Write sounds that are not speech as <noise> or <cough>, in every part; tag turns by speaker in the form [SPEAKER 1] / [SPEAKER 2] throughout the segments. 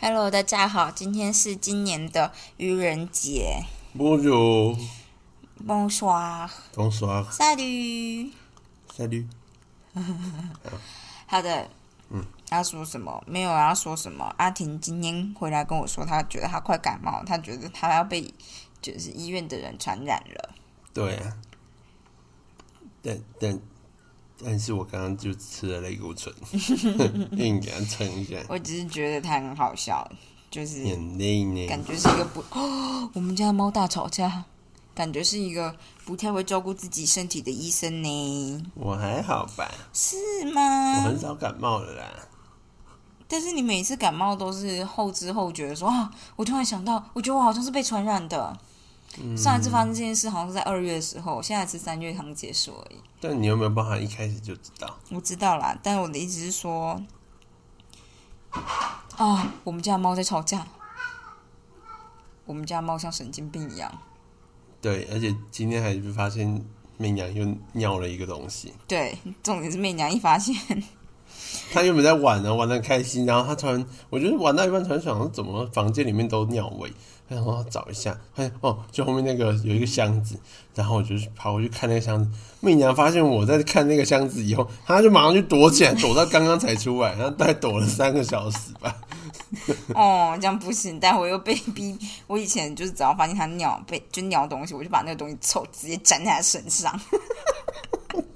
[SPEAKER 1] Hello，大家好，今天是今年的愚人节。
[SPEAKER 2] Bonjour,
[SPEAKER 1] Bonsoir,
[SPEAKER 2] bonsoir,
[SPEAKER 1] salut。
[SPEAKER 2] salut。
[SPEAKER 1] 好的，嗯，要说什么？没有要说什么。阿婷今天回来跟我说，她觉得她快感冒，她觉得她要被就是医院的人传染了。
[SPEAKER 2] 对啊，但但但是我刚刚就吃了类固醇， <laughs> 硬给它撑一下，
[SPEAKER 1] 我只是觉得她很好笑，就是
[SPEAKER 2] 眼泪
[SPEAKER 1] 感
[SPEAKER 2] 呢？
[SPEAKER 1] 觉是一个不， <gasps> 哦、我们家的猫大吵架，感觉是一个不太会照顾自己身体的医生呢，
[SPEAKER 2] 我还好吧，
[SPEAKER 1] 是
[SPEAKER 2] 我
[SPEAKER 1] 吗
[SPEAKER 2] 很？少感冒了啦。
[SPEAKER 1] 但是你每次感冒都是后知后觉的说啊，我突然想到，我觉得我好像是被传染的。上一次发生这件事好像是在二月的时候，现在是三月刚结束而已。
[SPEAKER 2] 但你有没有办法一开始就知道？
[SPEAKER 1] 我知道啦，但我的意思是说，啊，我们家的猫在吵架，我们家的猫像神经病一样。
[SPEAKER 2] 对，而且今天还发现媚娘又尿了一个东西，
[SPEAKER 1] 对，重点是媚娘一发现， <laughs>
[SPEAKER 2] 她原本在玩呢、玩的开心，然后她突然，我觉得玩到一半突然想说，怎么房间里面都尿味？然后找一下，发现哦，就后面那个有一个箱子，然后我就去跑过去看那个箱子。媚娘发现我在看那个箱子以后，她就马上就躲起来，躲到刚刚才出来，然后大概躲了三个小时吧。
[SPEAKER 1] 哦，这样不行。但我又被逼，我以前就是只要发现它尿被就尿东西，我就把那个东西臭直接粘在它身上。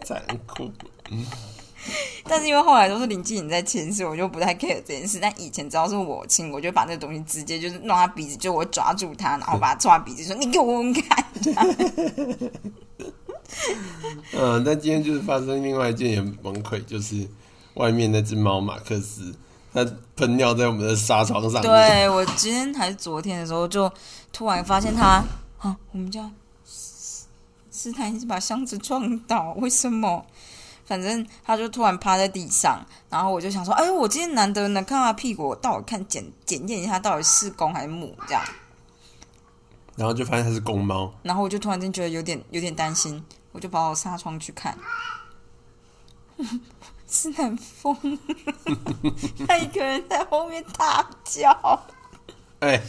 [SPEAKER 2] 残酷，
[SPEAKER 1] 但是因为后来都是林志颖在亲，所以我就不太 care 这件事。但以前只要是我亲，我就把那个东西直接就是弄他鼻子，就我会抓住他，然后把他抓鼻子，说：“你给我闻闻看。
[SPEAKER 2] 嗯，但今天就是发生另外一件也很崩溃，就是外面那只猫马克思，它喷尿在我们的纱窗上面。
[SPEAKER 1] 对我今天还是昨天的时候，就突然发现他啊，我们家斯坦一直把箱子撞倒，为什么？反正他就突然趴在地上，然后我就想说：“哎，我今天难得能看到他屁股，我到底看检检验一下到底是公还是母这样。”
[SPEAKER 2] 然后就发现它是公猫，
[SPEAKER 1] 然后我就突然间觉得有点有点担心，我就跑到纱窗去看， <laughs> 是南风， <laughs> 他一个人在后面大叫。
[SPEAKER 2] 哎、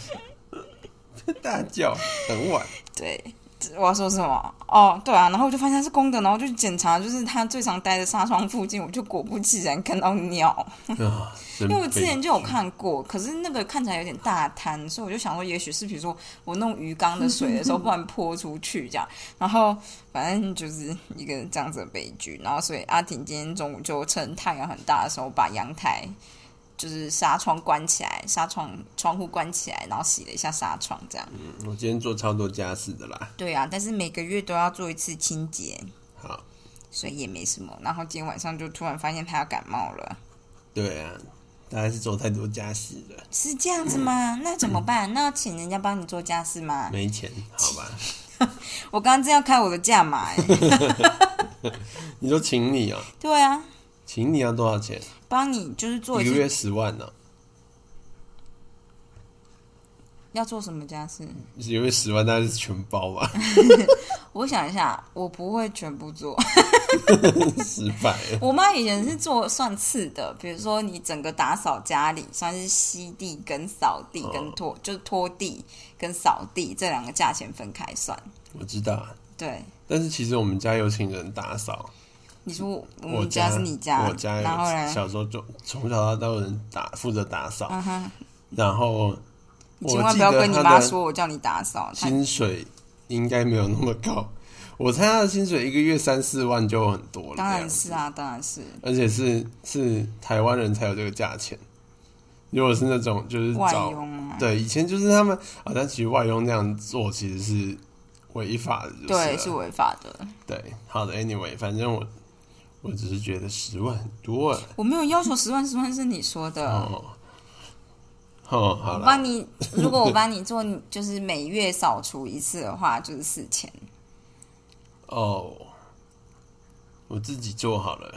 [SPEAKER 2] <laughs> 大叫，很晚。
[SPEAKER 1] 对，我要说什么？哦，对啊，然后我就发现它是公的，然后就去检查，就是它最常待的纱窗附近，我就果不其然看到尿，
[SPEAKER 2] 啊，因
[SPEAKER 1] 因为我之前就有看过，可是那个看起来有点大滩，所以我就想说，也许是比如说我弄鱼缸的水的时候，不然泼出去这样，然后反正就是一个这样子的悲剧。然后所以阿婷今天中午就趁太阳很大的时候，把阳台就是纱窗关起来，纱窗窗户关起来，然后洗了一下纱窗这样。
[SPEAKER 2] 我今天做超多家事的啦。
[SPEAKER 1] 对啊，但是每个月都要做一次清洁，
[SPEAKER 2] 好，
[SPEAKER 1] 所以也没什么。然后今天晚上就突然发现她要感冒了，
[SPEAKER 2] 对啊，大概是做太多家事了，
[SPEAKER 1] 是这样子吗？那怎么办？那要请人家帮你做家事吗？
[SPEAKER 2] 没钱，好吧？
[SPEAKER 1] 我刚刚正要开我的价码、
[SPEAKER 2] <laughs>
[SPEAKER 1] 欸，
[SPEAKER 2] 你说请你啊、
[SPEAKER 1] 对啊，
[SPEAKER 2] 请你要多少钱？
[SPEAKER 1] 帮你就是做
[SPEAKER 2] 一
[SPEAKER 1] 一
[SPEAKER 2] 个
[SPEAKER 1] 次
[SPEAKER 2] 月十万哦呢、
[SPEAKER 1] 要做什么家事？
[SPEAKER 2] 一个月十万，大概是全包
[SPEAKER 1] <laughs>
[SPEAKER 2] 吧，
[SPEAKER 1] 我想一下，我不会全部做。 <laughs>
[SPEAKER 2] 失败了。
[SPEAKER 1] 我妈以前是做算次的，比如说你整个打扫家里，算是吸地跟扫地
[SPEAKER 2] 哦
[SPEAKER 1] 跟拖，就是拖地跟扫地这两个价钱分开算。
[SPEAKER 2] 我知道啊，
[SPEAKER 1] 对，
[SPEAKER 2] 但是其实我们家有请人打扫，
[SPEAKER 1] 你说我我
[SPEAKER 2] 我
[SPEAKER 1] 们嗯家是你
[SPEAKER 2] 我家
[SPEAKER 1] 然后
[SPEAKER 2] 有
[SPEAKER 1] 呢？
[SPEAKER 2] 小时候就从小到大都有人打负责打扫，
[SPEAKER 1] 嗯哼，
[SPEAKER 2] 然后
[SPEAKER 1] 你
[SPEAKER 2] 我
[SPEAKER 1] 千万
[SPEAKER 2] 记
[SPEAKER 1] 不要
[SPEAKER 2] 得
[SPEAKER 1] 跟你
[SPEAKER 2] 他
[SPEAKER 1] 妈
[SPEAKER 2] 的
[SPEAKER 1] 说我叫你打扫，她
[SPEAKER 2] 薪水应该没有那么高。 <laughs> 我猜他的薪水一个月三四万就很多了，
[SPEAKER 1] 当
[SPEAKER 2] 这样
[SPEAKER 1] 然
[SPEAKER 2] 子
[SPEAKER 1] 是，啊，当然是。
[SPEAKER 2] 而且是是台湾人才有这个价钱。如果是那种就是
[SPEAKER 1] 外
[SPEAKER 2] 找
[SPEAKER 1] 佣啊，
[SPEAKER 2] 对以前就是他们啊，但其实外佣那样做其实是违法的，就是啊
[SPEAKER 1] 对，
[SPEAKER 2] 了
[SPEAKER 1] 是违法的。
[SPEAKER 2] 对。好的，anyway，反正我我只是觉得十万很多了
[SPEAKER 1] 我没有要求十万，十万是你说的。
[SPEAKER 2] 嗯哦哦，好
[SPEAKER 1] 啊我
[SPEAKER 2] 了，
[SPEAKER 1] 帮你，如果我帮你
[SPEAKER 2] <laughs>
[SPEAKER 1] 做，就是每月扫除一次的话，就是四千。
[SPEAKER 2] 哦，我自己做好
[SPEAKER 1] <laughs>
[SPEAKER 2] 了，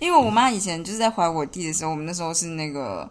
[SPEAKER 1] 因为我妈以前就是在怀我弟的时候，我们那时候是那个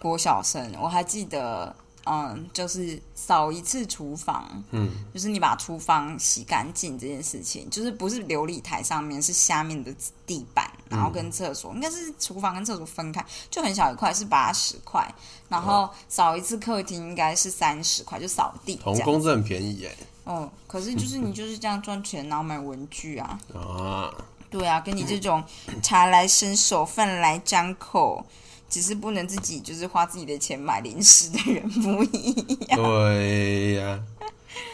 [SPEAKER 1] 国小生，我还记得，嗯，就是扫一次厨房，
[SPEAKER 2] 嗯，
[SPEAKER 1] 就是你把厨房洗干净这件事情，就是不是琉璃台上面，是下面的地板，然后
[SPEAKER 2] 嗯
[SPEAKER 1] 跟厕所、应该是厨房跟厕所分开，就很小一块是八十块，然后扫一次客厅应该是三十块，就扫地这
[SPEAKER 2] 童
[SPEAKER 1] 样。
[SPEAKER 2] 工这很便宜耶、
[SPEAKER 1] 哦，可是就是你就是这样赚钱，然后买文具啊，
[SPEAKER 2] 啊，
[SPEAKER 1] 对啊，跟你这种茶来伸手，饭来张口，只是不能自己就是花自己的钱买零食的人不一样。 <laughs>
[SPEAKER 2] 对呀、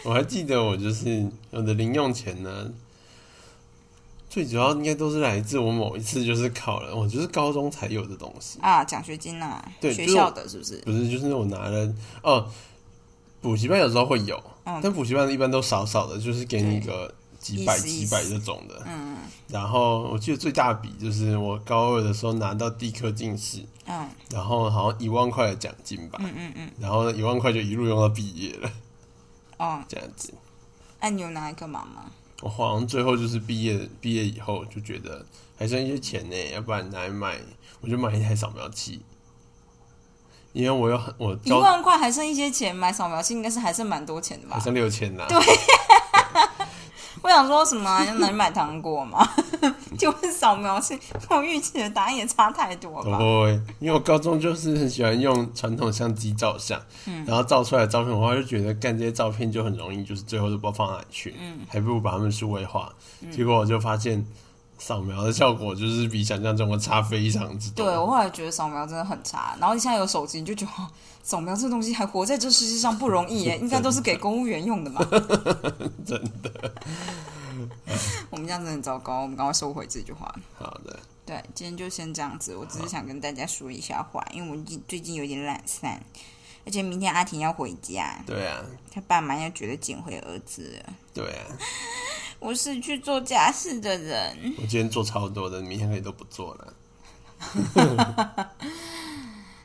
[SPEAKER 2] 我还记得我就是我的零用钱呢，最主要应该都是来自我某一次就是考了，我就是高中才有的东西，
[SPEAKER 1] 啊，奖学金呐、
[SPEAKER 2] 对
[SPEAKER 1] 学
[SPEAKER 2] 就是我
[SPEAKER 1] 校的是不是？
[SPEAKER 2] 不是就是我拿了哦，补习班有时候会有，
[SPEAKER 1] 嗯
[SPEAKER 2] 但补习班一般都少少的，就是给你
[SPEAKER 1] 对
[SPEAKER 2] 个几百
[SPEAKER 1] 意思意
[SPEAKER 2] 几
[SPEAKER 1] 思
[SPEAKER 2] 百这种的，
[SPEAKER 1] 嗯
[SPEAKER 2] 然后我记得最大笔就是我高二的时候拿到地科进士，
[SPEAKER 1] 嗯
[SPEAKER 2] 然后好像一万块的奖金吧，
[SPEAKER 1] 嗯嗯嗯，
[SPEAKER 2] 然后呢一万块就一路用到毕业了，
[SPEAKER 1] 哦，
[SPEAKER 2] 这样子。
[SPEAKER 1] 那、你有拿一个嘛吗？
[SPEAKER 2] 我好像最后就是毕业毕业以后就觉得还剩一些钱呢，要不然拿来买，我就买一台扫描器，因为我有很我
[SPEAKER 1] 一
[SPEAKER 2] 高
[SPEAKER 1] 万块还剩一些钱买扫描器，应该是还剩蛮多钱的
[SPEAKER 2] 还
[SPEAKER 1] 吧？
[SPEAKER 2] 剩六千呢，
[SPEAKER 1] 我想说什么、啊？ <laughs> 要拿去买糖果吗？ <laughs> 就是扫描器，跟我预期的答案也差太多了吧？
[SPEAKER 2] 对，因为我高中就是很喜欢用传统相机照相，
[SPEAKER 1] 嗯
[SPEAKER 2] 然后照出来的照片的话，就觉得干这些照片就很容易，就是最后都不知道放哪里去，
[SPEAKER 1] 嗯
[SPEAKER 2] 还不如把它们数位化。结果我就发现扫描的效果就是比想象中的差非常之
[SPEAKER 1] 对，
[SPEAKER 2] 多。
[SPEAKER 1] 我后来觉得扫描真的很差。然后你现在有手机，你就觉得 <laughs> 哦扫描这东西还活在这世界上不容 <laughs> 易耶，应该都是给公务员用的嘛。 <laughs>
[SPEAKER 2] 真
[SPEAKER 1] 的， <laughs> 我们这样子很糟糕，我们赶快收回这句话。
[SPEAKER 2] 好的，
[SPEAKER 1] 对，今天就先这样子。我只是想跟大家说一下话，因为我最最近有点懒散，而且明天阿婷要回家，
[SPEAKER 2] 对啊，
[SPEAKER 1] 她爸妈要觉得捡回儿子了。
[SPEAKER 2] 对啊，
[SPEAKER 1] 我是去做家事的人，
[SPEAKER 2] 我今天做超多的，明天可以都不做了。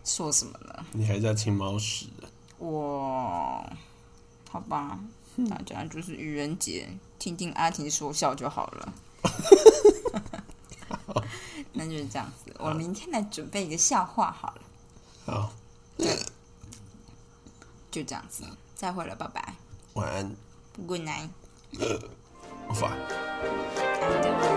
[SPEAKER 1] 说什么呢？
[SPEAKER 2] 你还在清猫屎？
[SPEAKER 1] 我好吧，大家就是愚人节，听听阿婷说笑就好了。那就是这样子，我明天来准备一个笑话好了，
[SPEAKER 2] 好，
[SPEAKER 1] 就这样子，再会了，拜拜
[SPEAKER 2] 晚安，
[SPEAKER 1] ，Good night，
[SPEAKER 2] 我发。
[SPEAKER 1] 安德。